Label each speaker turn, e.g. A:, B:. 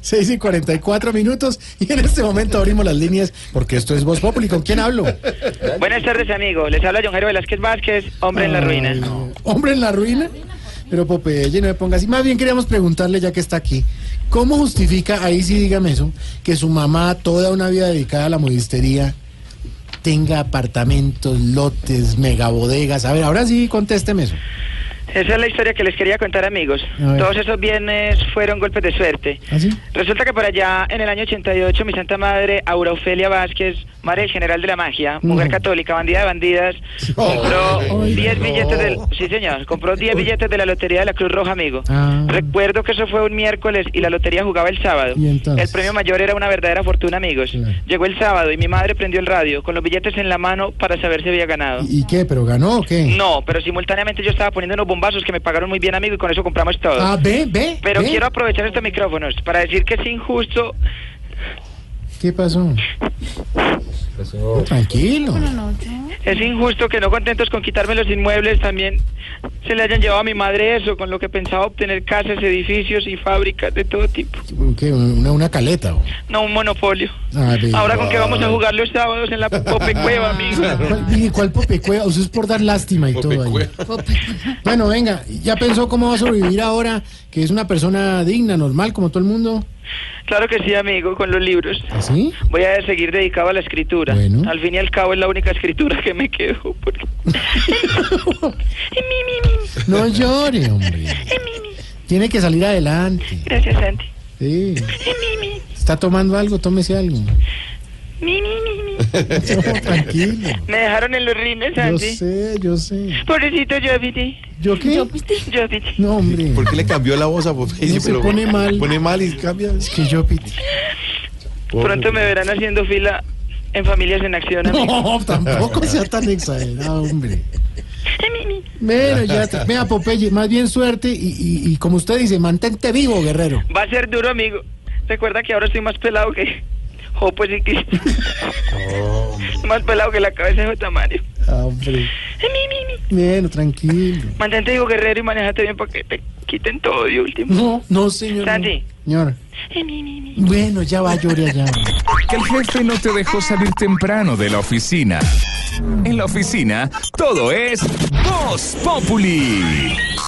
A: 6 y 44 minutos y en este momento abrimos las líneas porque esto es Voz Populi. ¿Con quién hablo?
B: Buenas tardes, amigos. Les habla John Jairo Velázquez Vázquez, hombre en la ruina.
A: ¿Hombre en la ruina? Pero Popeye, no me ponga así. Más bien queríamos preguntarle, ya que está aquí, ¿cómo justifica, ahí sí dígame eso, que su mamá, toda una vida dedicada a la modistería, tenga apartamentos, lotes, megabodegas? A ver, ahora sí contésteme eso.
B: Esa es la historia que les quería contar, amigos.
A: A ver.
B: Todos esos bienes fueron golpes de suerte.
A: ¿Ah, sí?
B: Resulta que por allá, en el año 88, mi santa madre, Aura Ofelia Vázquez, madre del general de la magia, mujer
A: Ujú.
B: católica, bandida de bandidas, compró 10 billetes del... Sí, señor, compró 10 billetes de la lotería de la Cruz Roja, amigo.
A: Ah.
B: Recuerdo que eso fue un miércoles y la lotería jugaba el sábado.
A: ¿Y entonces?
B: El premio mayor era una verdadera fortuna, amigos.
A: Claro.
B: Llegó el sábado y mi madre prendió el radio con los billetes en la mano para saber si había ganado.
A: ¿Y, y qué? ¿Pero ganó o qué?
B: No, pero simultáneamente yo estaba poniendo unos bombazos que me pagaron muy bien, amigo, y con eso compramos todo.
A: Ah, ve, ve.
B: pero
A: ve.
B: quiero aprovechar estos micrófonos para decir que es injusto.
A: ¿Qué pasó? Tranquilo.
B: Es injusto que no contentos con quitarme los inmuebles, también se le hayan llevado a mi madre eso, con lo que pensaba obtener casas, edificios y fábricas de todo tipo.
A: ¿Qué? Una, una caleta. o?
B: No un monopolio.
A: A ver.
B: Ahora con que vamos a jugar los sábados en la Pope Cueva, amigo.
A: ¿Cuál, mire, ¿cuál Popecue? O sea, es por dar lástima y todo. ahí. Bueno, venga, ¿ya pensó cómo va a sobrevivir ahora? Que es una persona digna, normal, como todo el mundo.
B: Claro que sí, amigo, con los libros.
A: ¿Así?
B: Voy a seguir dedicado a la escritura.
A: Bueno.
B: Al fin y al cabo es la única escritura que me quedo. porque-
A: No llore, hombre. Tiene que salir adelante.
B: Gracias, Santi.
A: Sí. ¿Está tomando algo? Tómese algo. No, tranquilo.
B: Me dejaron en los rines,
A: Yo
B: Santi.
A: sé, yo sé.
B: Pobrecito Jovity.
A: ¿Yo qué?
B: Jovity.
A: No, hombre.
C: ¿Por qué le cambió la voz a Popeye?
A: No se pone mal.
C: Pone mal y cambia.
A: Es que yo piti.
B: Pronto me verán haciendo fila en Familias en Acción. amigo.
A: No, tampoco sea tan exagerado, hombre. Bueno, ya está. Vea, Popeye, más bien suerte y, y- y como usted dice, mantente vivo, guerrero.
B: Va a ser duro, amigo. Recuerda que ahora estoy más pelado que Jopo y Cristo. Más pelado que la cabeza de J. Mario. Eh,
A: Ah, hombre. Bueno, tranquilo.
B: Mantente vivo, guerrero, y manejate bien para que te quiten todo de último.
A: No, no, señor. no.
B: Santi. Eh,
A: Señor. Bueno, ya va, llore allá.
D: Que el jefe no te dejó salir temprano de la oficina. En la oficina, todo es Voz Populi.